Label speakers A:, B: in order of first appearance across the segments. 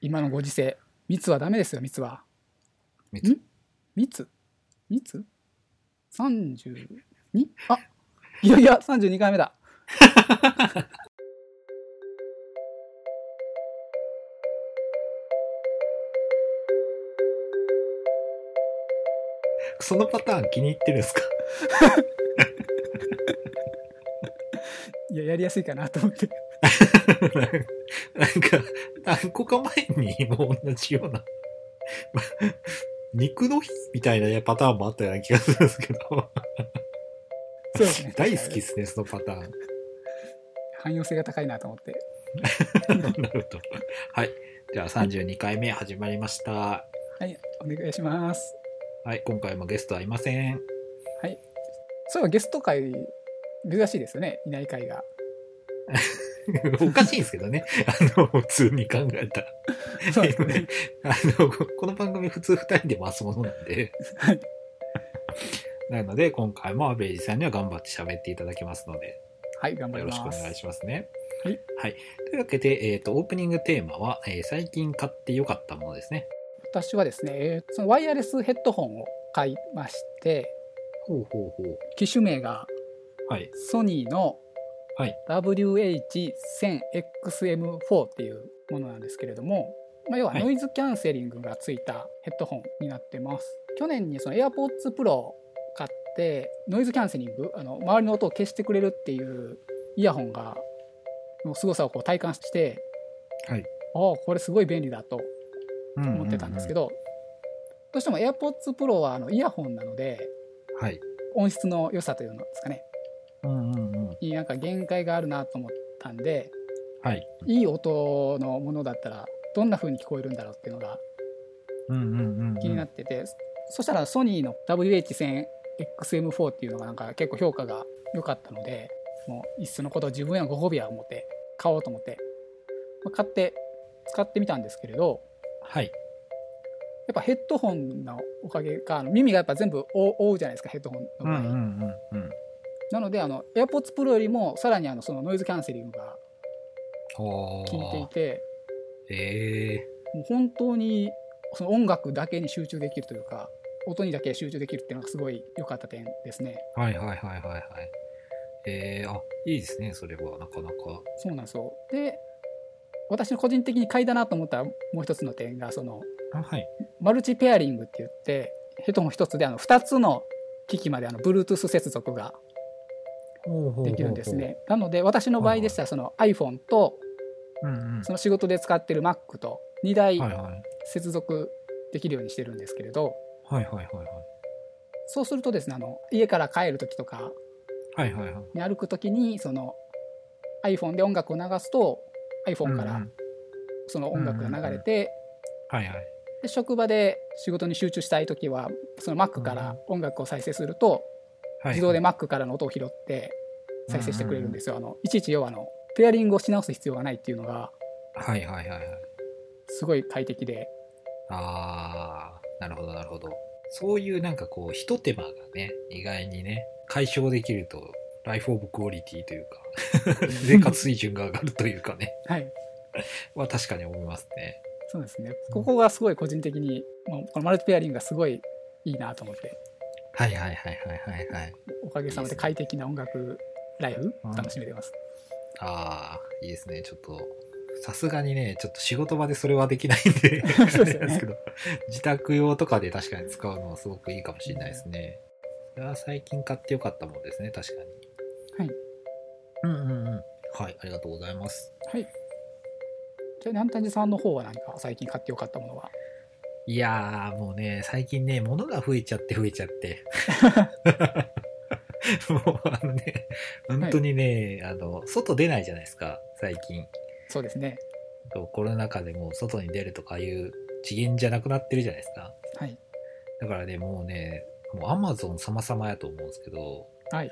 A: 今のご時世蜜はダメですよ蜜は
B: 蜜
A: ん蜜蜜 ?32? あいやいや32回目だ
B: そのパターン気に入ってるんですか
A: いややりやすいかなと思っ て
B: なんか、何個か前にも同じような、 ま肉の日みたいなパターンもあったような気がするんですけど、
A: そうですね
B: 大好きですね、そのパターン。
A: 汎用性が高いなと思って
B: なるほど。はい。では32回目始まりました。
A: はいお願いします
B: はい、今回もゲストはいません。
A: はいそういえばゲスト会珍しいですよねいない会 が
B: おかしいんですけどね。あの、普通に考えたら。
A: そうですね
B: あの、この番組普通二人で回すものなんで。
A: はい
B: なので、今回もアベージさんには頑張って喋っていただきますので、
A: はい頑張
B: よ
A: り
B: ろ
A: ま
B: し
A: す
B: くお願いしますね。
A: はい。
B: というわけで、えっ、と、オープニングテーマは、えー最近買って良かったものですね。
A: 私はですねえーそのワイヤレスヘッドホンを買いまして
B: ほうほうほう。
A: 機種名が
B: はい。
A: ソニーの
B: はい
A: WH1000XM4 っていうものなんですけれども、まあ、要は
B: はい
A: ノイズキャンセリングがついたヘッドホンになってます、去年にその AirPods Pro を買ってノイズキャンセリングあの周りの音を消してくれるっていうイヤホンがの凄さをこう体感して、
B: はい
A: ああこれすごい便利だと思ってたんですけ
B: ど。
A: ど、どうしても AirPods Pro はあのイヤホンなので
B: はい。
A: 音質の良さというのですかね
B: うんうんうん。
A: になんか限界があるなと思ったんで
B: はい。
A: いい音のものだったらどんな風に聞こえるんだろうっていうのが
B: うんうんうん、うん。
A: 気になってて、そしたらソニーの WH1000XM4 っていうのがなんか結構評価が良かったのでもういっそのこと自分へのご褒美や思って買おうと思ってまあ買って使ってみたんですけれど
B: はい。
A: やっぱヘッドホンのおかげかあの耳がやっぱ全部覆覆うじゃないですかヘッドホンの
B: う
A: 場
B: ん
A: 合、
B: うんうんうん。
A: なのであの AirPods Pro よりもさらにあのそのノイズキャンセリングが効
B: ほ
A: いてい
B: ー。
A: て。
B: ええー。
A: もう本当にその音楽だけに集中できるというか音にだけ集中できるっていうのがすごい良かった点ですね
B: はいはいはいはいはい。えー、あ、いいですね、それは、なかなか。
A: そうなんですよで私の個人的に買いだなと思ったもう一つの点がその
B: あ、はい。
A: マルチペアリングって言ってヘッドホン一つであの2つの機器まであの Bluetooth 接続ができるんですねなので私の場合でしたらその iPhone と
B: ほうほうほう。うんうん。
A: その仕事で使ってる Mac と2台
B: はいはい。
A: 接続できるようにしてるんですけれど
B: はいはいはい
A: そうするとですねあの家から帰る時とか
B: はい。はいはいはい。
A: に歩くときにその iPhone で音楽を流すと iPhone か
B: うんう
A: ら
B: ん
A: その音楽が流れて、
B: はいはい。
A: で職場で仕事に集中したいときはその Mac から音楽を再生すると、
B: はい、
A: 自動で Mac からの音を拾って再生してくれるんですよ、あのいちいち要はあのペアリングをし直す必要がないっていうのが
B: はいはいはいはい。
A: すごい快適 で
B: あー、なるほどなるほど。そういうなんかこう、ひと手間がね、意外にね、解消できると、ライフオブクオリティというか、生活水準が上がるというかね、
A: はい
B: は確かに思いますね。
A: そうですね
B: うん
A: ここがすごい個人的に、まあ、このマルチペアリングがすごいいいなと思って
B: はいはいはいはいはいはい。
A: おかげさまで快適な音楽ライフ楽しめてます、
B: ああ、いいですね。ちょっと、さすがにね、ちょっと仕事場でそれはできないんで、
A: そうですよね
B: あれなんけど、自宅用とかで確かに使うのはすごくいいかもしれないですね。それは最近買ってよかったものですね、確かに。
A: はい。
B: うんうんうん。はい、ありがとうございます。
A: はい。じゃあ、南谷さんの方は何か最近買ってよかったものは。
B: いやー、もうね、最近ね、物が増えちゃって増えち ゃって。 もう、あのね、本当にね、あの、外出ないじゃないですか、最近。
A: そうですね。
B: コロナ禍でもう外に出るとかいう次元じゃなくなってるじゃないですか。
A: はい。
B: だからね、もうね、もうアマゾン様々やと思うんですけど、
A: はい。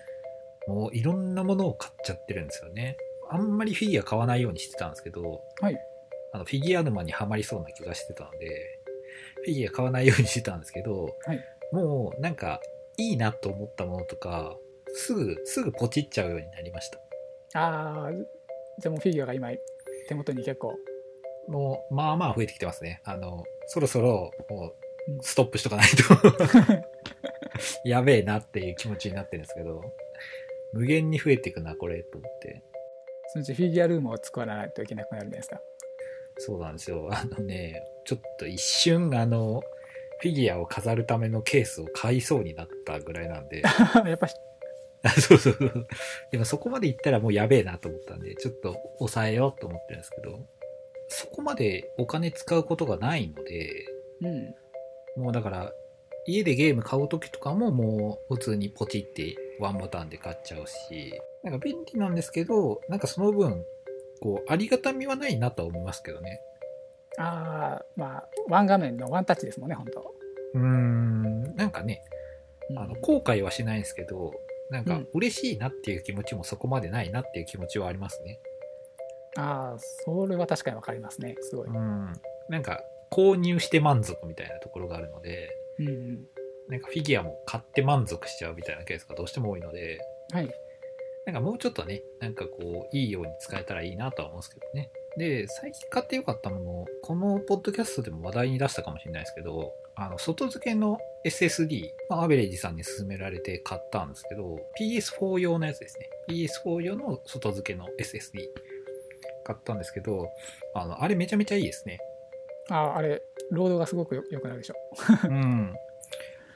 B: もういろんなものを買っちゃってるんですよね。あんまりフィギュア買わないようにしてたんですけど、
A: はい。
B: あのフィギュア沼にはまりそうな気がしてたので、フィギュア買わないようにしてたんですけど、
A: はい
B: もうなんかいいなと思ったものとか、すぐ、すぐポチっちゃうようになりました。
A: ああ、じゃあもうフィギュアが今、手元に結構。
B: もう、まあまあ増えてきてますね。あの、そろそろ、もう、ストップしとかないと、やべえなっていう気持ちになってるんですけど、無限に増えていくな、これ、と思って。
A: そのうちフィギュアルームを作らないといけなくなるんですか。
B: そうなんですよ。あのね、ちょっと一瞬、あの、フィギュアを飾るためのケースを買いそうになったぐらいなん で、
A: やっぱし、
B: あそうそうそう。でもそこまで行ったらもうやべえなと思ったんで、ちょっと抑えようと思ってるんですけど、そこまでお金使うことがないので、
A: うん。
B: もうだから、家でゲーム買う時とかももう普通にポチってワンボタンで買っちゃうし、なんか便利なんですけど、なんかその分、こう、ありがたみはないなとは思いますけどね。
A: ああ、まあ、ワン画面のワンタッチですもんね、本当。
B: うーん、なんかね、
A: うん
B: あの後悔はしないんですけど、なん
A: う
B: か
A: ん
B: 嬉しいなっていう気持ちもそこまでないなっていう気持ちはありますね。
A: ああ、それは確かにわかりますね、すごい。
B: うん、なんか購入して満足みたいなところがあるので、
A: うんうん。
B: なんかフィギュアも買って満足しちゃうみたいなケースがどうしても多いので、
A: はい。
B: なんかもうちょっとね、なんかこう、いいように使えたらいいなとは思うんですけどね。で、最近買ってよかったもの、このポッドキャストでも話題に出したかもしれないですけど、あの、外付けの SSD、まあ、アベレージさんに勧められて買ったんですけど、PS4 用のやつですね。PS4 用の外付けの SSD 買ったんですけど、あの、あれめちゃめちゃいいですね。
A: ああ、あれ、労働がすごくよ良くなるでしょ。
B: うん。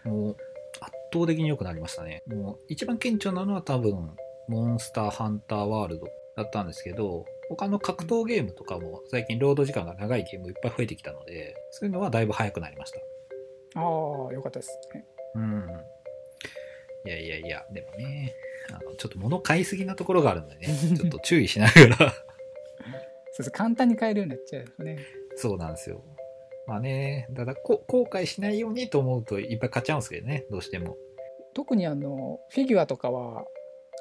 B: もう、圧倒的に良くなりましたね。もう、一番顕著なのは多分、モンスターハンターワールドだったんですけど、他の格闘ゲームとかも最近労働時間が長いゲームいっぱい増えてきたので、そういうのはだいぶ早くなりました。
A: ああ、良かったですね。
B: うん。いやいやいや、でもね、あの、ちょっと物買いすぎなところがあるのでね、ちょっと注意しながら。
A: そうそう、簡単に買えるようになっちゃうよね。
B: そうなんですよ。まあね、ただこ後悔しないようにと思うといっぱい買っちゃうんですけどね、どうしても。
A: 特にあの、フィギュアとかは、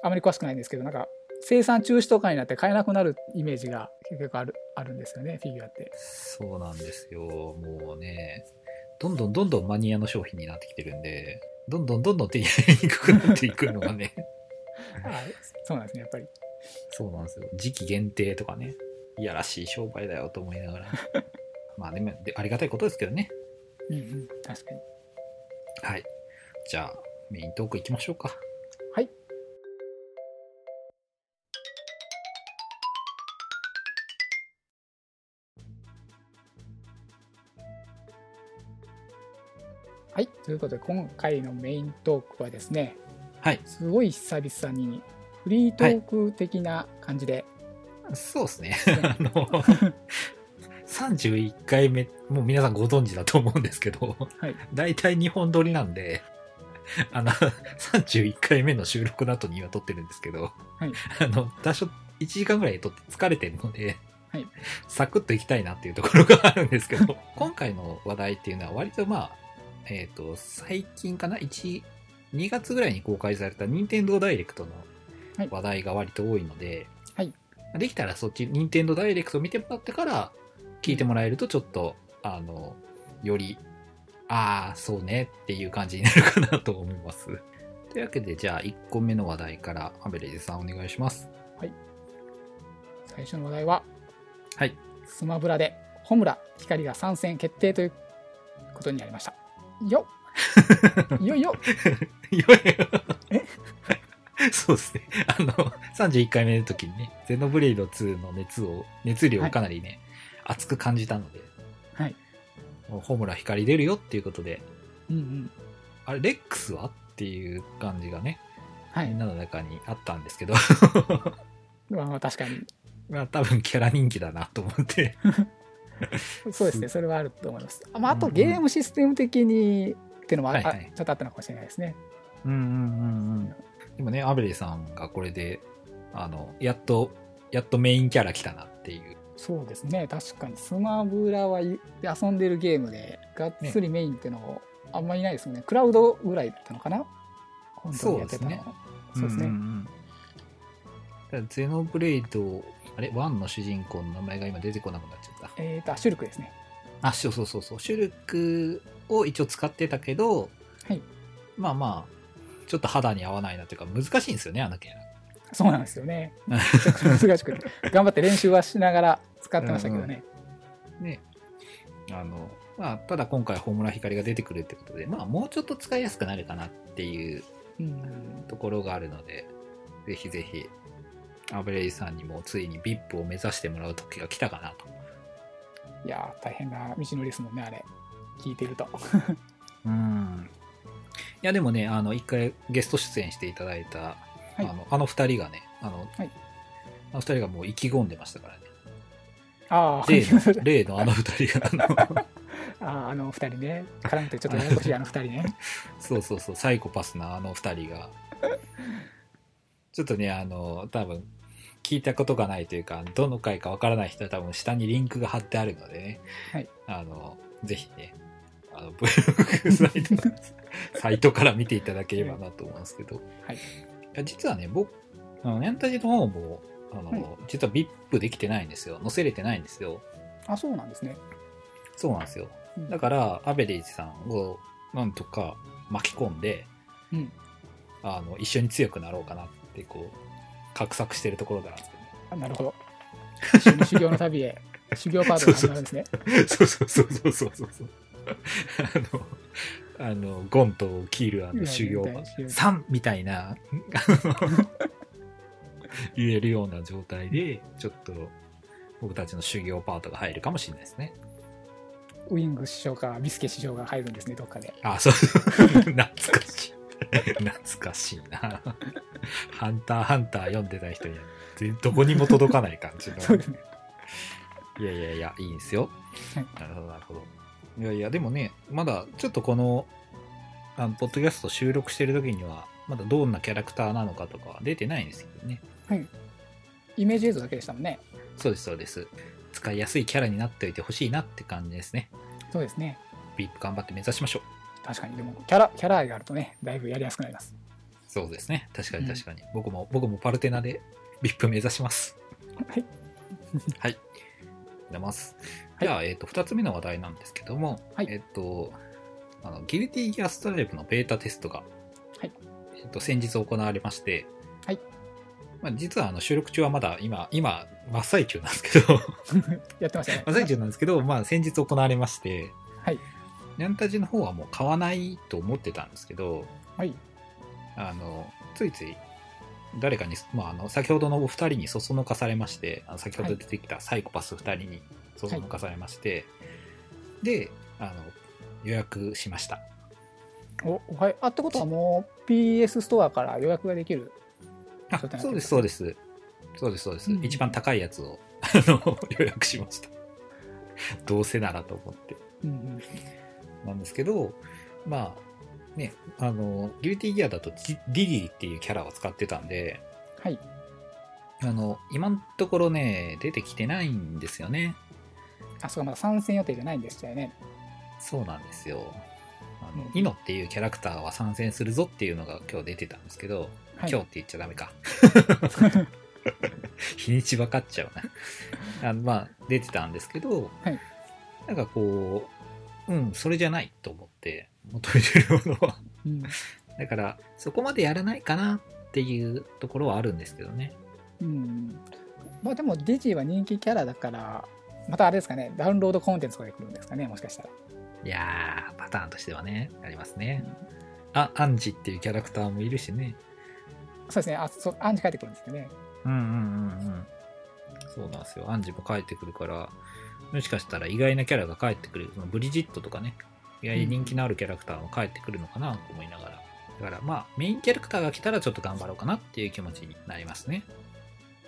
A: あまり詳しくないんですけど、なんか、生産中止とかになって買えなくなるイメージが結局ある、あるんですよね、フィギュアって。
B: そうなんですよ。もうね、どんどんどんどんマニアの商品になってきてるんで、どんどんどんどん手に入りにくくなっていくのがね、
A: ああ、そうなんですね、やっぱり。
B: そうなんですよ。時期限定とかね、いやらしい商売だよと思いながら。 まあでも、でありがたいことですけどね。
A: うんうん、確かに。
B: はい。じゃあ、メイントークいきましょうか。
A: はい。はい、ということで今回のメイントークはですね
B: はい。
A: すごい久々にフリートーク的な感じで、
B: そうですね。 あの、31回目、もう皆さんご存知だと思うんですけど、
A: はい
B: 大体2本撮りなんで、あの、31回目の収録の後に今撮ってるんですけど、
A: はい
B: あの、多少1時間ぐらい撮って疲れてるので、
A: はい
B: サクッといきたいなっていうところがあるんですけど、 今回の話題っていうのは割とまあ、えっ、と、最近かな ?1、2月ぐらいに公開された任天堂ダイレクトの
A: はい
B: 話題が割と多いので、
A: はい
B: できたらそっち、任天堂ダイレクト見てもらってから聞いてもらえるとちょっと、あの、より、ああ、そうねっていう感じになるかなと思います。 というわけで、じゃあ1個目の話題から、アベレージさんお願いします。
A: 最初の話題は
B: はい。
A: スマブラで穂村光が参戦決定ということになりましたよっよいよっ
B: いや そうですね。あの、31回目の時にね、ゼノブレイド2の熱を、熱量をかなりね、熱く感じたので、
A: はい
B: もう、ホムラ光出るよっていうことで、
A: うんうん
B: あれ、レックスはっていう感じがね、
A: は
B: みん
A: い
B: なの中にあったんですけど、
A: まあまあ確かに
B: まあ多分キャラ人気だなと思って、
A: そうですね、
B: す
A: それはあると思います。あまあ、あ
B: う
A: と
B: んうん
A: ゲームシステム的にっていうのもあ、
B: はいはい
A: あちょっとあったのかもしれないですね。
B: うんうんうんうん。でもね、アベレーさんがこれで、あの、やっと、やっとメインキャラ来たなっていう。
A: そうですね、確かにスマブラはい遊んでるゲームで、がっつりメインっていうのもあんまりいないですもんね。クラウドぐらいだったのかな本当にやってたのは。そうです
B: ん
A: ね。
B: んんだからゼノブレイド、あれ、ワンの主人公の名前が今出てこなくなっちゃった。
A: えっ、と、あシュルクですね。
B: あ、そうそうそうそう。シュルクを一応使ってたけど、
A: はい
B: まあまあ、ちょっと肌に合わないなというか、難しいんですよね、あのキャラ。
A: そう なんですよね。めちゃくちゃ難しくて。頑張って練習はしながら使ってましたけどね。
B: ね。あの、まあ、ただ今回、ホームラン光が出てくるってことで、まあ、もうちょっと使いやすくなるかなっていう
A: うん。
B: ところがあるので、ぜひぜひ、アブレイさんにもついに VIP を目指してもらう時が来たかなと。
A: いやー、大変な道のりですもんね、あれ。聞いてると。
B: うん。いや、でもね、あの、一回ゲスト出演していただいた、あの、あの二人がね、あの、
A: はい
B: あの二人がもう意気込んでましたからね。
A: ああ、
B: 例の、例のあの二人が、あの、
A: あーあの二人ね。絡むとちょっとややこしい、あの二人ね。
B: そうそうそう、サイコパスなあの二人が。ちょっとね、あの、多分、聞いたことがないというか、どの回かわからない人は多分下にリンクが貼ってあるのでね、
A: はい
B: あの、ぜひね、あの、ブログサ イト、サイトから見ていただければなと思うんですけど、
A: はい
B: や実はね、僕、あの、ニャンタジの方も、あの、
A: はい
B: 実は VIP できてないんですよ。載せれてないんですよ。
A: あ、そうなんですね。
B: そうなんですよ。
A: うん
B: だから、アベレージさんを、なんとか巻き込んで、
A: うん。
B: あの一緒に強くなろうかなってこう画策してるところなんですけど、ね、
A: あなるほど。一緒に 修行の旅へ、修行パートが始まるんですね。
B: そうそうそうそうそうそうそうあのあのゴンとキールあの修行
A: うん修行
B: さんみたいなあの言えるような状態でちょっと僕たちの修行パートが入るかもしれないですね
A: ウィング師匠か、ビスケ師匠が入るんですね、どっかで。
B: あそう 懐かしい懐かしいな「ハンターハンター」読んでない人には全どこにも届かない感じの
A: そうですね。
B: いやいやいや、いいんですよ。
A: はい
B: なるほど、なるほど。いやいや、でもね、まだちょっとこの、あの、ポッドキャスト収録してる時には、まだどんなキャラクターなのかとかは出てないんですけどね。
A: イメージ映像だけでしたもんね。
B: そうです、そうです。使いやすいキャラになっておいてほしいなって感じですね。
A: そうですね。
B: ビップ頑張って目指しましょう。
A: 確かに、でも、キャラ、キャラ愛があるとね、だいぶやりやすくなります。
B: そうですね。確かに
A: うん
B: 確かに。僕も、僕もパルテナでビップ目指します。
A: はい。
B: はい。ありがとうございます。
A: はい
B: じゃあ、えっ、と、二つ目の話題なんですけども、
A: はい
B: えっ、と、あの、ギルティギアストライブのベータテストが、
A: はい
B: えっと、先日行われまして、
A: はい。
B: まあ、実はあの収録中はまだ今、今、真っ最中なんですけど、
A: やってましたね。
B: 真っ最中なんですけど、まあ、先日行われまして、
A: はい。
B: ニャンタジの方はもう買わないと思ってたんですけど、
A: はい。
B: あの、ついつい、誰かに、まあ、あの、先ほどのお二人にそそのかされまして、あの先ほど出てきたサイコパス二人にそそのかされまして、で、あの、予約しました。
A: お、おはい。あ、ってことはもう、PS ストアから予約ができる。
B: あ
A: そうだ、ね
B: そうです、そうです。そうです、そうです。
A: うん
B: 一番高いやつを、あの、 予約しました。どうせならと思って。
A: うんうん。
B: なんですけど、まあ、ね、あの、ギルティギアだとディディリーっていうキャラを使ってたんで、
A: はい。
B: あの、今のところね、出てきてないんですよね。
A: あ、そうか、まだ参戦予定じゃないんでしたよね。
B: そうなんですよ。あの
A: うん、
B: イノっていうキャラクターは参戦するぞっていうのが今日出てたんですけど、
A: はい。
B: 今日って言っちゃダメ か。日にち分かっちゃうな。あのまあ、出てたんですけど、
A: はい
B: なんかこう、うん、それじゃないと思って、求めてるものは。
A: うん。
B: だから、そこまでやらないかなっていうところはあるんですけどね。
A: うん。まあでも、ディジーは人気キャラだから、またあれですかね、ダウンロードコンテンツが来るんですかね、もしかしたら。
B: いやー、パターンとしてはね、ありますね。あ、アンジっていうキャラクターもいるしね。
A: そうですね、あ、そう、アンジ帰ってくるんですよね。
B: うんうんうんうん。そうなんですよ。アンジも帰ってくるから、もしかしたら意外なキャラが帰ってくる。そのブリジットとかね、意外に人気のあるキャラクターも帰ってくるのかなと思いながら。だからまあ、メインキャラクターが来たらちょっと頑張ろうかなっていう気持ちになりますね。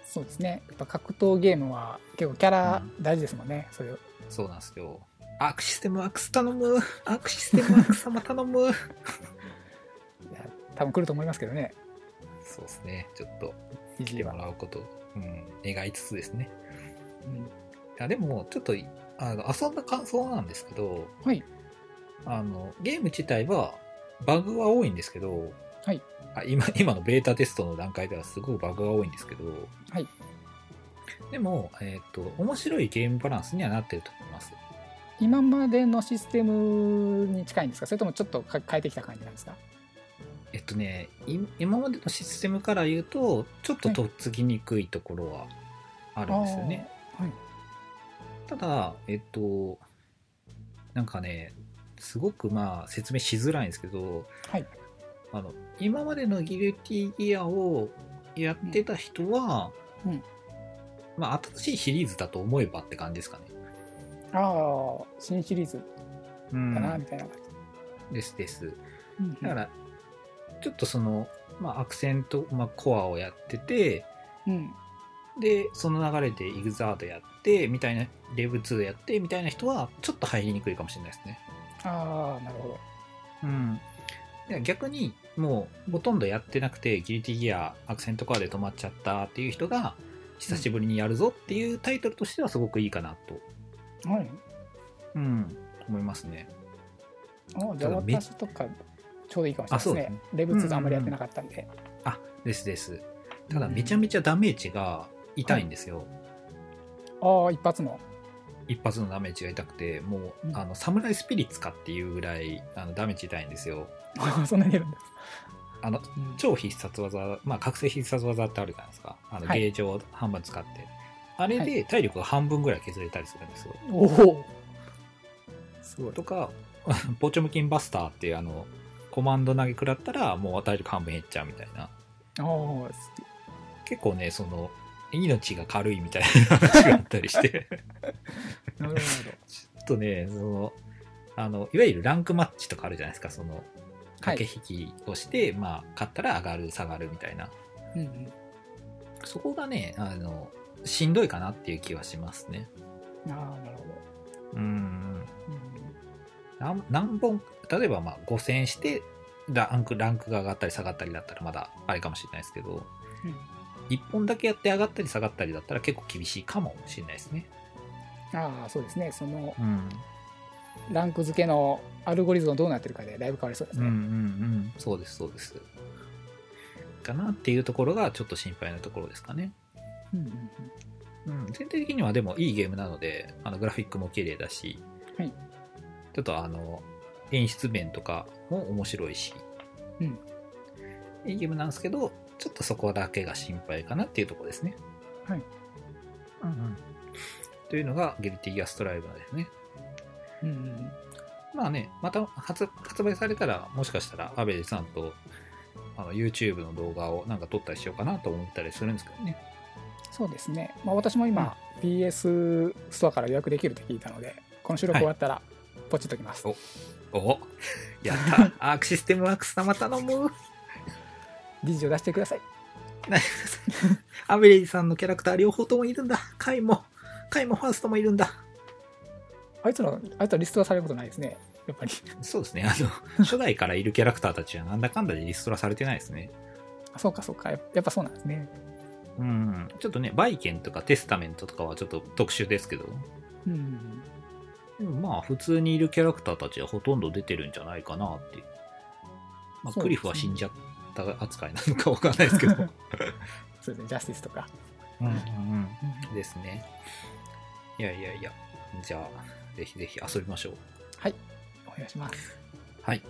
A: そうですね。やっぱ格闘ゲームは結構キャラ大事ですもんね。そういう。
B: そうなんですよ。アークシステムアークス頼むアークシステムアーク様頼む
A: いや多分来ると思いますけどね。
B: そうですね。ちょっと
A: ディ
B: 来
A: ジ
B: て
A: ー
B: も
A: は。
B: らうことを、うん、願いつつですね。
A: うん
B: いやでもちょっとあの遊んだ感想なんですけど、
A: はい
B: あのゲーム自体はバグは多いんですけど、
A: はい
B: あ今今のベータテストの段階ではすごいバグが多いんですけど、
A: はい
B: でも、えっと面白いゲームバランスにはなってると思います。
A: 今までのシステムに近いんですかそれともちょっとか変えてきた感じなんですか
B: えっとね、い今までのシステムから言うとちょっととっつきにくいところはあるんですよね。
A: はい
B: ただ、えっと、なんかね、すごくまあ説明しづらいんですけど、
A: はい
B: あの今までのギルティギアをやってた人は、
A: うんうん
B: まあ、新しいシリーズだと思えばって感じですかね。
A: ああ、新シリーズ
B: う
A: かな、
B: ん
A: み、たいな感
B: ですです。
A: じ。
B: だから、ちょっとその、まあ、アクセント、まあ、コアをやってて、
A: うん。
B: で、その流れでイグザードやって、みたいな、レブ2やって、みたいな人は、ちょっと入りにくいかもしれないですね。
A: ああ、なるほど。
B: うん、で逆にもうほとんどやってなくてギルティギアアクセントコアで止まっちゃったっていう人が久しぶりにやるぞっていうタイトルとしてはすごくいいかなと、
A: はい。
B: うん、思いますね。
A: ああ、じゃあ
B: ただめ
A: 私とか、ちょうどいいかもしれないです
B: あそう
A: ね
B: で。
A: レブ2があんまりやってなかったんで。
B: ですです。ただめちゃめちゃダメージが痛いんですよ。
A: ああ、一発の。
B: 一発のダメージが痛くてもう、
A: うん
B: あのサムライスピリッツかっていうぐらいあのダメージ痛いんですよ。
A: ああそんなにいるんだ。
B: あの
A: うん
B: 超必殺技、まあ、覚醒必殺技ってあるじゃないですか。あの、
A: はい
B: ゲージを半分使って。あれで体力が半分ぐらい削れたりするんですよ。
A: おお。すごい。
B: とか、 ポーチョムキンバスターっていうあの、コマンド投げ食らったらもう体力半分減っちゃうみたいな。
A: ああ、
B: 結構ね、その、命が軽いみたいな話があったりして、
A: なるほどなるほど。
B: ちょっとね、その、あの、いわゆるランクマッチとかあるじゃないですか、その、
A: はい
B: 駆け引きをして、まあ、勝ったら上がる、下がるみたいな。
A: うんうん
B: そこがね、あの、しんどいかなっていう気はしますね。
A: ああ、なるほど。
B: う
A: う
B: ん。
A: ん
B: なん何本、例えばまあ5戦して、ランク、ランクが上がったり下がったりだったらまだあれかもしれないですけど、
A: うん
B: 一1本だけやって上がったり下がったりだったら結構厳しいかもしれないですね。
A: ああ、そうですね。その、
B: うん。
A: ランク付けのアルゴリズムどうなってるかでだいぶ変わりそうです
B: うんうんう
A: ね。
B: ん。そうです、そうです。かなっていうところがちょっと心配なところですかね。
A: うんうんうん
B: うん。全体的にはでもいいゲームなので、あのグラフィックも綺麗だし、
A: はい
B: ちょっとあの、演出面とかも面白いし、
A: うん
B: いいゲームなんですけど、ちょっとそこだけが心配かなっていうところですね。
A: はい。
B: うんうん。というのが、ゲルティギアストライブのですね。
A: うんうんうん
B: まあね、また発発売されたら、もしかしたら、アベレさんと、あの、YouTube の動画をなんか撮ったりしようかなと思ったりするんですけどね。
A: そうですね、まあ、私も今、PS ストアから予約できるって聞いたので、この収録終わったら、ポチっときます。
B: おおやったアークシステムワークス様頼む
A: 理事を出してください。
B: アベレージさんのキャラクター両方ともいるんだ。カイも、カイもファーストもいるんだ。
A: あいつの、あいつはリストはされることないですね、やっぱり。
B: そうですね。あの、初代からいるキャラクターたちはなんだかんだでリストラされてないですね。
A: あそうか、そうか、やっやっぱそうなんですね。
B: うん。ちょっとね、バイケンとかテスタメントとかはちょっと特殊ですけど、
A: うん、
B: でもまあ普通にいるキャラクターたちはほとんど出てるんじゃないかなっていう。
A: そ
B: まあ、
A: うですね
B: クリフは死んじゃった扱いなのかわかんないです けど。
A: そうですね、ジャスティスとか。
B: うんうんうん。ですね。いやいやいや。じゃあ、ぜひぜひ遊びましょう。
A: お願いします。
B: はい。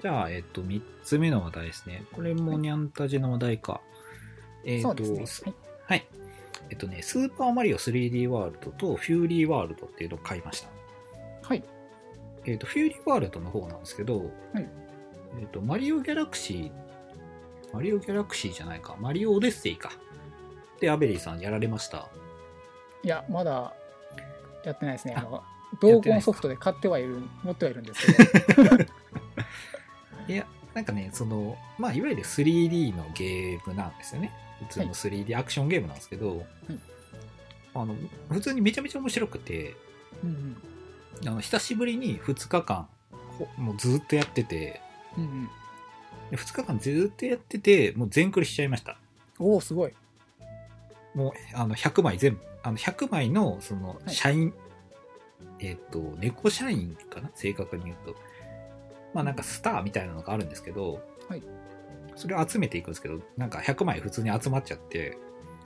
B: じゃあ、えっと、3つ目の話題ですね。これもニャンタジの話題か。えっ
A: そ
B: と
A: う、です
B: す
A: ね。
B: はい。えっとね、スーパーマリオ 3D ワールドとフューリーワールドっていうのを買いました。
A: はい。
B: えっと、フューリーワールドの方なんですけど、
A: はい
B: えっと、マリオギャラクシー、マリオギャラクシーじゃないか、マリオオデッセイか。で、アベリーさんやられました。
A: いや、まだやってないですね。あの
B: やっ
A: 同
B: てな
A: 梱
B: いですか
A: ソフトで買ってはいる、持ってはいるんですけど。
B: いや、なんかね、その、まあ、いわゆる 3D のゲームなんですよね。普通
A: は
B: の
A: い
B: 3D アクションゲームなんですけど、あの、普通にめちゃめちゃ面白くて、
A: うんうん
B: あの、久しぶりに2日間、ほもうずっとやってて、
A: うんうん、
B: で2日間ずっとやってて、もう全クリしちゃいました。
A: おお、すごい。
B: もう、あの、100枚全部、あの、100枚の、その、
A: はい
B: 社員、えっ、と、猫社員かな正確に言うと。まあ、なんかスターみたいなのがあるんですけど、
A: はい
B: それを集めていくんですけど、なんか100枚普通に集まっちゃって、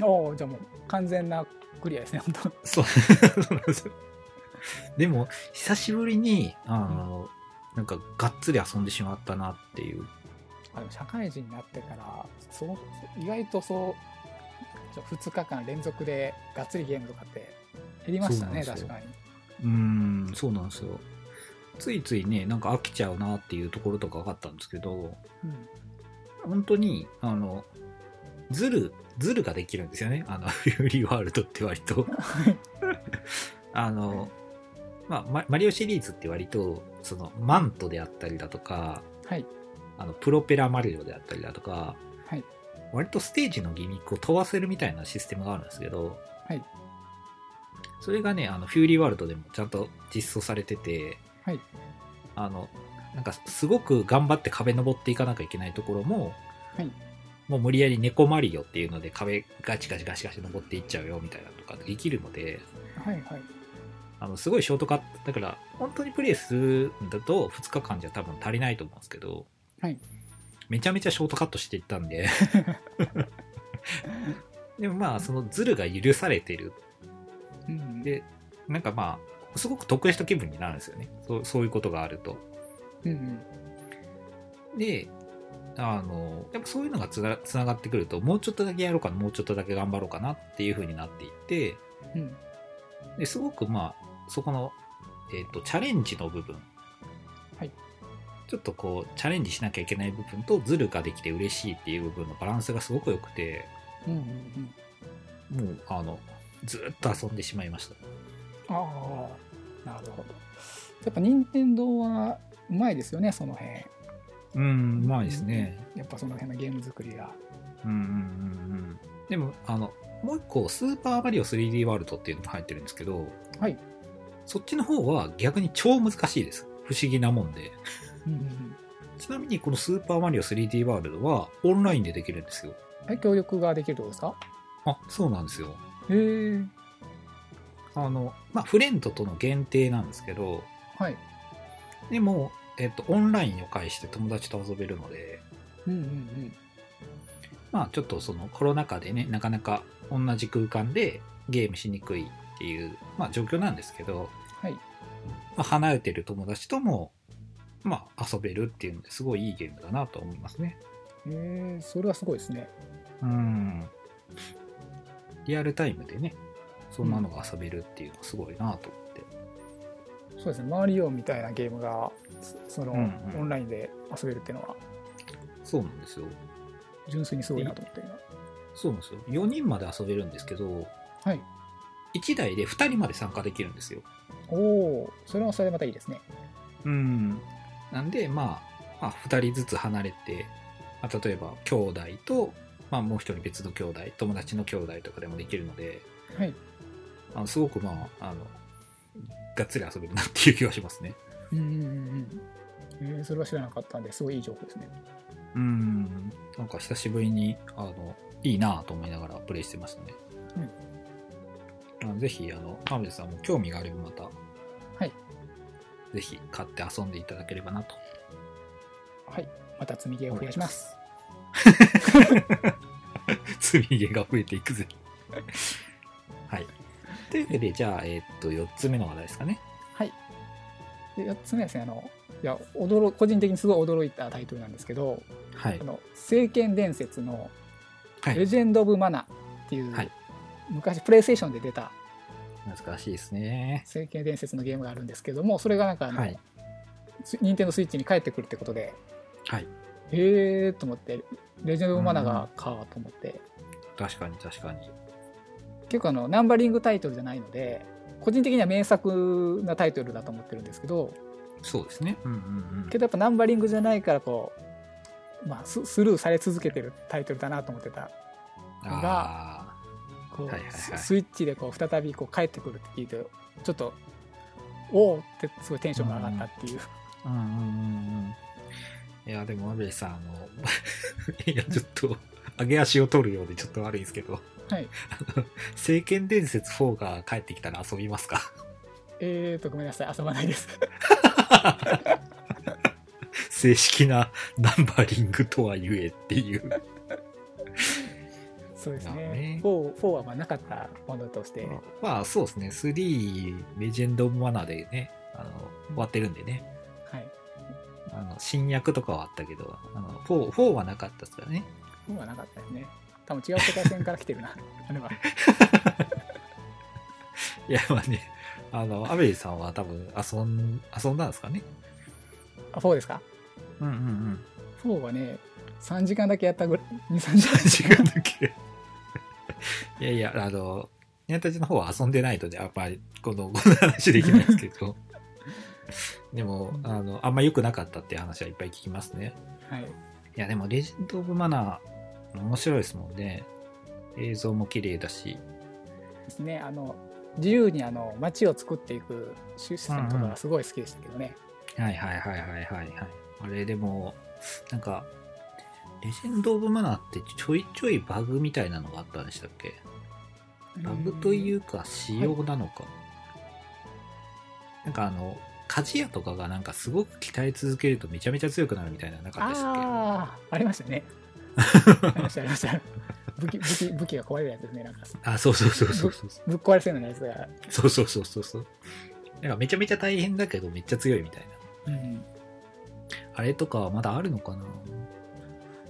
A: おお、じゃあもう完全なクリアですね、本当。
B: そう、 そうなんですよでも、久しぶりに、あの、なんか、がっつり遊んでしまったなっていう。
A: あでも社会人になってからそう意外とそう2日間連続でがっつりゲームとかって減りましたね、
B: そうなんです
A: 確
B: よ
A: かに。
B: うーん、そうなんですよ。ついついね、なんか飽きちゃうなっていうところとかがあったんですけど、
A: うん
B: 本当に、あの、ズル、ズルができるんですよね。あの、 フューリーワールドって割と。 あの、まあマ、マリオシリーズって割と、その、マントであったりだとか、
A: はい。
B: あの、プロペラマリオであったりだとか、
A: はい
B: 割とステージのギミックを飛ばせるみたいなシステムがあるんですけど、
A: はい
B: それがね、あの、フューリーワールドでもちゃんと実装されてて、
A: はい
B: あの、なんかすごく頑張って壁登っていかなきゃいけないところも、
A: はい
B: もう無理やり猫マリオっていうので壁ガチガチガチガチ登っていっちゃうよみたいなのとかできるので、
A: はいはい。
B: あの、すごいショートカット、だから、本当にプレイするんだと、2日間じゃ多分足りないと思うんですけど、
A: はい
B: めちゃめちゃショートカットしていった んで、でもまあ、そのズルが許されてる。
A: うん、
B: で、なんかまあ、すごく得した気分になるんですよね。そうそういうことがあると。
A: うんうん、
B: で、あの、やっぱそういうのがつなつながってくると、もうちょっとだけやろうかな、もうちょっとだけ頑張ろうかなっていう風になっていって、
A: うん。
B: ですごくまあそこの、えっとチャレンジの部分、
A: はい、
B: ちょっとこうチャレンジしなきゃいけない部分とズルができて嬉しいっていう部分のバランスがすごく良くて
A: うんうんうん。
B: もうあのずーっと遊んでしまいまし
A: あ
B: た
A: あ、なるほど。やっぱ任天堂はうまいですよね、その辺。
B: うんうまい
A: ですね。やっぱその辺のゲーム作りが。
B: うんうんうんうんでもあのもう一個「スーパーマリオ 3D ワールド」っていうのも入ってるんですけど、
A: はい、
B: そっちの方は逆に超難しいです不思議なもんで
A: うんうんうん。
B: ちなみにこの「スーパーマリオ 3D ワールド」はオンラインでできるんですよ
A: え、協力ができるってことですか
B: あそうなんですよ
A: へえ。
B: あの、まあ、フレンドとの限定なんですけど、
A: はい。
B: でも、えっと、オンラインを介して友達と遊べるので、
A: うんうんうん。
B: まあ、ちょっとそのコロナ禍でね、なかなか同じ空間でゲームしにくいっていう、まあ、状況なんですけど、
A: はい。
B: まあ、離れてる友達とも、まあ、遊べるっていうのですごいいいゲームだなと思いますね。
A: ええ、それはすごいですね。
B: うん。リアルタイムでね、そんなのが遊べるっていうのはすごいなと思って。
A: そうですね、マリオみたいなゲームが、そその、
B: うんうん
A: オンラインで遊べるっていうのは、
B: そうなんですよ。
A: 純粋にすごいなと思って今
B: そうなんですよ。4人まで遊べるんですけど、
A: はい。
B: 1台で2人まで参加できるんですよ。
A: おお、それはそれでまたいいですね。
B: うん。なんで、まあ、まあ、2人ずつ離れて、まあ、例えば兄弟と、まあ、もう1人別の兄弟、友達の兄弟とかでもできるので、
A: はい。
B: あのすごくまあ、あの、がっつり遊べるなっていう気はしますね。
A: うんうんうんうん。えー、それは知らなかったんですごいいい情報ですね。。
B: うん。なんか久しぶりに、あの、いいなぁと思いながらプレイしてましたね。うん。ぜひ、あの、田辺さんも興味があればまた、はいぜひ買って遊んでいただければなと
A: はい。また積みゲーを増やします。
B: 積み毛が増えていくぜ。 はい。というわけで、じゃあ、えーっと、4つ目の話題ですかね。
A: で、8つ目はですね、あの、いや、驚、個人的にすごい驚いたタイトルなんですけど、
B: はい
A: あ。の、聖剣伝説の
B: は
A: レ
B: い。
A: ジェンド・オブ・マナっていう、
B: はい
A: 昔プレイステーションで出た
B: 懐かしいですね。
A: 聖剣伝説のゲームがあるんですけども、それがなんかあの、
B: はい。
A: 任天堂スイッチに帰ってくるってことで、
B: はい。
A: へえーと思って、レジェンド・オブ・マナがかと思って、
B: 確かに、確かに。
A: 結構あの、ナンバリングタイトルじゃないので、個人的には名作なタイトルだと思ってるんですけど、
B: そうですね。うんうんうん
A: け。どやっぱナンバリングじゃないからこう、まあ、ススルーされ続けてるタイトルだなと思ってた
B: あ
A: こう、
B: はいはいはい
A: ススイッチでこう再びこう帰ってくるって聞いてちょっとおおってすごいテンションが上がったっていう、
B: あ。うんうんうんうん。いや、でも、安部さん、あの、 いや、ちょっと、上げ足を取るようでちょっと悪いんですけど、
A: はい
B: 聖剣伝説4が帰ってきたら遊びますか
A: えーとごめんなさい遊ばないです
B: 正式なナンバリングとはゆえっていう。
A: そうですね
B: まあね
A: フォーフォーはまあなかったものとして、
B: まあそうですね、3レジェンド・オブ・マナーでね、あの終わってるんでね、
A: はい
B: あの新役とかはあったけど、あの 4, 4はなかったですからね。
A: フォーはなかった ですね多分違う世界線から来てるなあれは、
B: いいや、まあね、あの、アベリさんは多分遊ん、遊んだんですかね。
A: あ4ですか
B: うんうんうん。
A: ?4 はね、3時間だけやったぐらい、2、3時間。
B: 違うんだっけいやいや、あの、ニャンたちの方は遊んでないとね、やっぱり、この、この話できないですけ ど。でも、あの、あんま良くなかったっていう話はいっぱい聞きますね。
A: はい。
B: いや、でも、レジェンド・オブ・マナー、面白いですもんね。映像も綺麗だし。
A: ですね。あの、自由にあの、街を作っていくシステムとかがすごい好きでしたけどね。
B: はいはいはいはいはいはい。あれでも、なんか、レジェンド・オブ・マナーってちょいちょいバグみたいなのがあったんでしたっけバグといううか仕様なのか。なんかあの、鍛冶屋とかがなんかすごく鍛え続けるとめちゃめちゃ強くなるみたいななかったでしたっけ
A: ああ、ありましたね。ありました、ありました。武器、武器、武器が壊れるやつですね。なんか、
B: あ、そうそうそうそうそう。
A: ぶっ壊れそうなやつが。
B: そうそうそうそうそう。なんかめちゃめちゃ大変だけどめっちゃ強いみたい
A: うん。
B: な。あれとかはまだあるのかな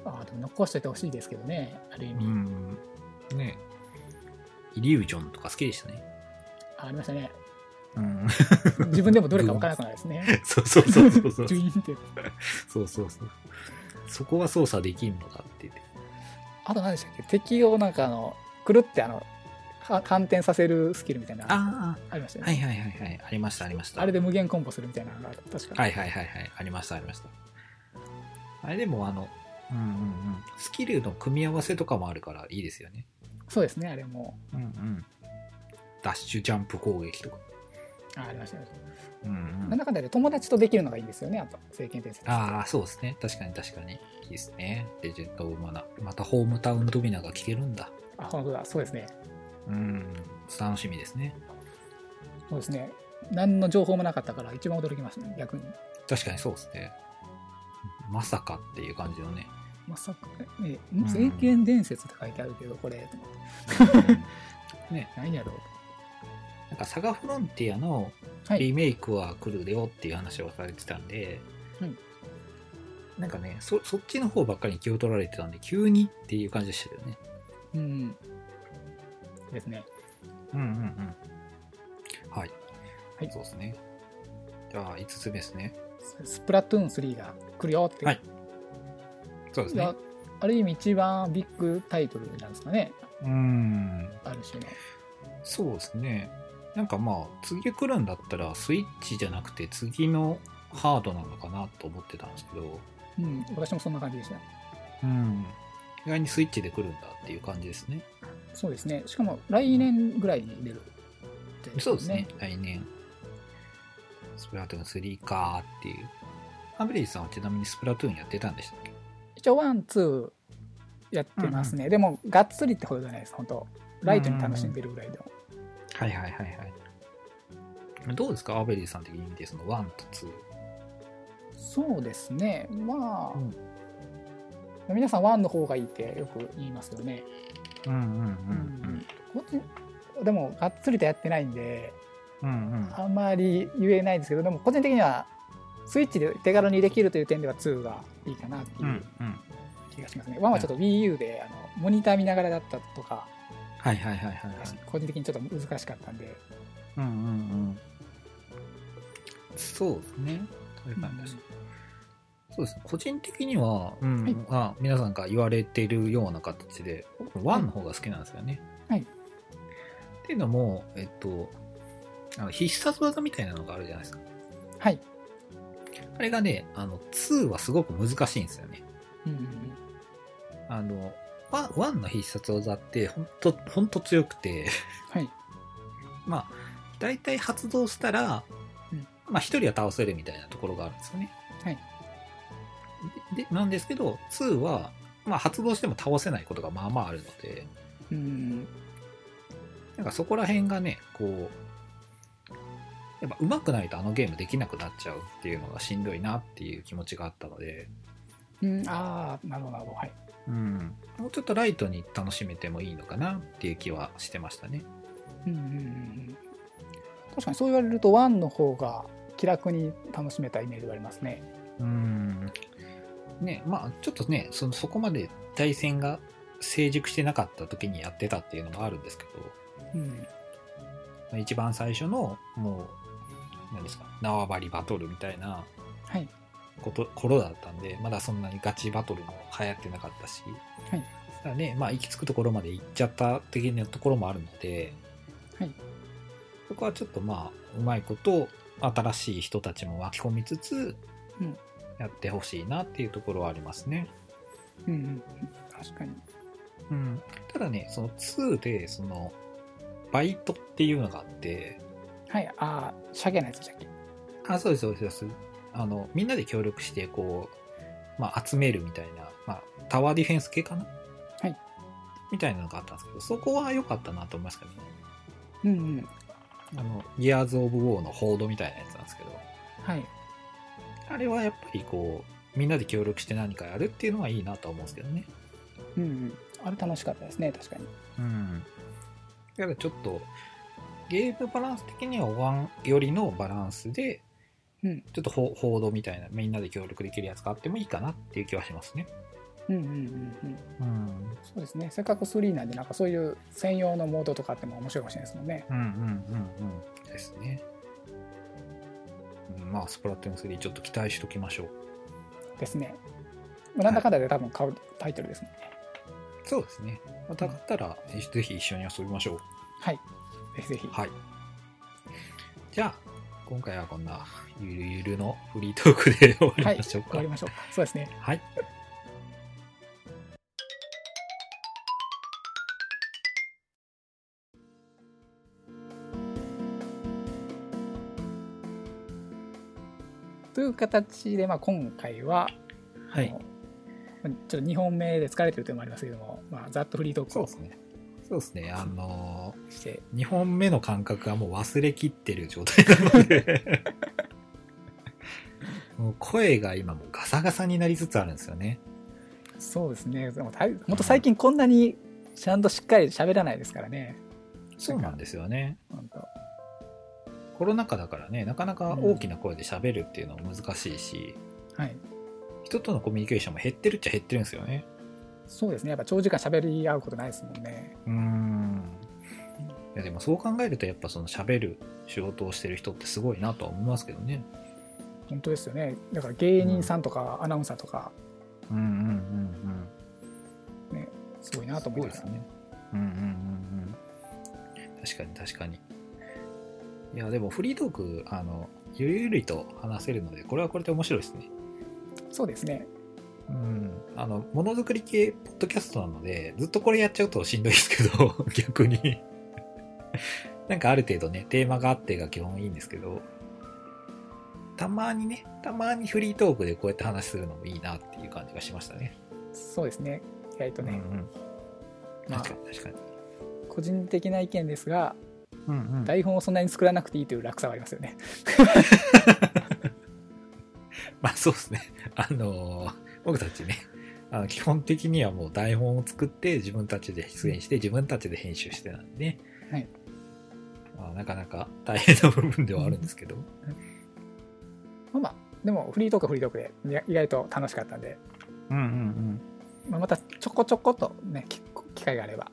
A: ああ、でも残しておいてほしいですけどね。ある意
B: う
A: 味。
B: ん。ねイリュージョンとか好きでしたね。
A: あありましたね。
B: うん。
A: 自分でもどれかわからなくなるですね。
B: そうそうそうそうそう。
A: ジュイーンって。
B: そうそうそう。そこは操作できんのかって言って。
A: あと何でしたっけ敵をなんかあの、くるってあの、は反転させるスキルみたいなの
B: あ
A: ありましたよ
B: あ、はい
A: ね。
B: はいはいはい。ありましたありました。
A: あれで無限コンボするみたいなのが確か
B: はいはいはいはい。ありました、ありました。あれでも、あの、うんうんうん。スキルの組み合わせとかもあるからいいですよね。
A: そうですね、あれも。
B: うんうん。ダッシュジャンプ攻撃とか。
A: あありましたね。
B: うん
A: なんだかんだで友達とできるのがいいんですよね、あと、聖剣伝説。
B: ああ、そうですね。確かに確かに。いいですね。レジェンド・オブ・マナ。またホームタウンドミナが聞けるんだ。
A: あ、本当だ、そうですね。
B: うん。楽しみですね。
A: そうですね。何の情報もなかったから一番驚きましたね、逆に。
B: 確かにそうですね。まさかっていう感じのね。
A: まさか、え、
B: ん
A: 聖剣伝説って書いてあるけど、これ、と思って 何やろう。
B: なんか、サガフロンティアの
A: は
B: リ
A: い。
B: メイクは来るよっていう話をされてたんで、
A: うん
B: なんかねそそっちの方ばっかりに気を取られてたんで急にっていう感じでしたよね
A: うん。ですね。
B: うんうんうんはい、
A: はい
B: そうですねじゃあ5つ目ですね
A: ススプラトゥーン3が来るよって。
B: はいそうです
A: いや
B: ね
A: ある意味一番ビッグタイトルなんですかね、
B: うん
A: ある種の。
B: そうですねなんかまあ次来るんだったらスイッチじゃなくて次のハードなのかなと思ってたんですけど
A: うん、私もそんな感じでした。
B: うん意外にスイッチで来るんだっていう感じですね
A: そうですね。しかも来年ぐらいに出るってこと。
B: そうですね、来年。スプラトゥーン3かーっていう。アブレイジさんはちなみにスプラトゥーンやってたんでしたっけ
A: 一応ワン、ツーやってますね。でも、がっつりってほどじゃないです、本当ライトに楽しんでるぐらいで。
B: はいはいはいはい。どうですかアブレイジさん的に見て、その1と2。
A: そうですね。まあ、
B: うん
A: 皆さんワンの方がいいってよく言いますよね。
B: うんうん
A: こっちでも、がっつりとやってないんで、
B: うん。うんうん。
A: あんまり言えないですけど、でも個人的には、スイッチで手軽にできるという点では2がいいかなって
B: う
A: い
B: んう。
A: うん気がしますね。1はちょっと WiiU であのモニター見ながらだったとか、
B: はいはいはいはい。
A: 個人的にちょっと難しかったんで、
B: うんうんうん。そうですね。そういう感じです。そうですね。個人的には、うん
A: はい
B: あ皆さんが言われているような形で、ワンの方が好きなんですよね。
A: はい
B: っていうのも、えっと、あの必殺技みたいなのがあるじゃないですか。
A: はい。
B: あれがね、あの、2はすごく難しいんですよね。
A: うんうんうん
B: あの、ワンワンの必殺技って、ほんと、ほんと強くて、
A: はい。
B: まあ、大体発動したら、
A: うん
B: まあ一人は倒せるみたいなところがあるんですよね。
A: はい
B: で。でなんですけど、2は、まあ発動しても倒せないことがまあまああるので、
A: うんうん
B: なんかそこら辺がね、こう、やっぱ上手くないとあのゲームできなくなっちゃうっていうのがしんどいなっていう気持ちがあったので、
A: うん、うんああ、なるほど、なるほど。はい。
B: うん、もうちょっとライトに楽しめてもいいのかなっていう気はしてましたね。
A: うんうんうんうん確かにそう言われると1の方が気楽に楽しめたイメージがありますね。
B: うん。ね、まあちょっとね、そのそこまで対戦が成熟してなかった時にやってたっていうのもあるんですけど、
A: うん、
B: まあ一番最初のもう何ですか縄張りバトルみたいな
A: はい
B: こと頃だったんでまだそんなにガチバトルも流行ってなかったし、
A: はい
B: ただねまあ行き着くところまで行っちゃった的なところもあるので、
A: はい
B: そこはちょっとまあうまいこと新しい人たちも巻き込みつつ、
A: うん
B: やってほしいなっていうところはありますね。
A: うんうん確かに
B: うん、ただねその2でそのバイトっていうのがあって
A: はいああシャゲのやつでしたっけ
B: あそうですそうですそうですあのみんなで協力してこう、まあ、集めるみたいな、まあ、タワーディフェンス系かな
A: はい
B: みたいなのがあったんですけどそこは良かったなと思いますけどね
A: うんうん
B: あのギアーズ・オブ・ウォーの報道みたいなやつなんですけど
A: はい
B: あれはやっぱりこうみんなで協力して何かやるっていうのがいいなとは思うんですけどね
A: うんうんあれ楽しかったですね確かに
B: うん。だからちょっと、ゲームバランス的にはおわんよりのバランスで、
A: うん
B: ちょっと報報道みたいな、みんなで協力できるやつがあってもいいかなっていう気はしますね。
A: うんうんうんうん
B: うん。
A: そうですねせっかく3なんでなんかそういう専用のモードとかあっても面白いかもしれないですもんね
B: うんうんうんうん。ですね。うんまあ、スプラトゥーン3ちょっと期待しときましょう。
A: ですねまあなんだかんだで多分買うタイトルですもんね
B: そうですね。また買ったら、ぜひ一緒に遊びましょう。
A: はいぜひぜひ
B: はい。じゃあ、今回はこんなゆるゆるのフリートークで終 わりましょ
A: 終
B: うか。
A: わりましょうそうですね
B: はい。
A: という形で、まあ、今回は、
B: は
A: あの。まあちょっと2本目で疲れてるというのもありますけども、まあ、ざっとフリートーク
B: そう
A: を
B: ですね。そうですね。あの
A: して
B: ー、2本目の感覚がもう忘れきってる状態なの で、もう声が今もうガサガサになりつつあるんですよね。
A: そうですねでもたいほんと最近こんなにちゃんとしっかり喋らないですからね
B: そうなんですよね。
A: 本当
B: コロナ禍だからね、なかなか大きな声で喋るっていうのは難しいし、
A: はい
B: 人とのコミュニケーションも減ってるっちゃ減ってるんですよね。
A: そうですねやっぱ長時間喋り合うことないですもんね
B: うーん。いやでもそう考えるとやっぱその喋る仕事をしてる人ってすごいなとは思いますけどね。
A: 本当ですよねだから芸人さんとかアナウンサーとか
B: うんうんうんうん。
A: すごいなと思いました
B: すごいですね。うんうんうんうん。確かに確かに。いや、でもフリートーク、あの、ゆるゆると話せるので、これはこれで面白いですね。
A: そうですね
B: うん。あの、ものづくり系ポッドキャストなので、ずっとこれやっちゃうとしんどいですけど、 逆に。なんかある程度ね、テーマがあってが基本いいんですけど、たまにね、たまにフリートークでこうやって話するのもいいなっていう感じがしましたね。
A: そうですね意外と
B: うんう
A: ね、
B: ん。
A: まあ
B: 確かに確かに。
A: 個人的な意見ですが
B: うんうん
A: 台本をそんなに作らなくていいという楽さはありますよね
B: まあそうですね。 あのー僕たちね、あの基本的にはもう台本を作って自分たちで出演して自分たちで編集してなんで、ね
A: はい
B: まあ、なかなか 大変な部分ではあるんですけど、
A: まあまあでもフリートークはフリートークでや意外と楽しかったんで、
B: うんうんうん、
A: まあ、またちょこちょことねき機会があれば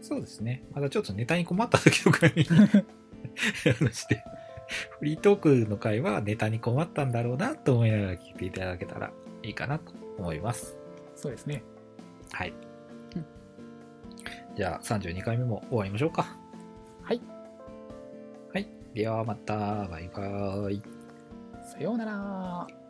B: そうですね。まだちょっとネタに困った時とかに話して、フリートークの回はネタに困ったんだろうなと思いながら聞いていただけたらいいかなと思います。
A: そうですね
B: はい。
A: うん
B: じゃあ32回目も終わりましょうか。
A: はい。
B: はい。ではまた、バイバイ。
A: さようなら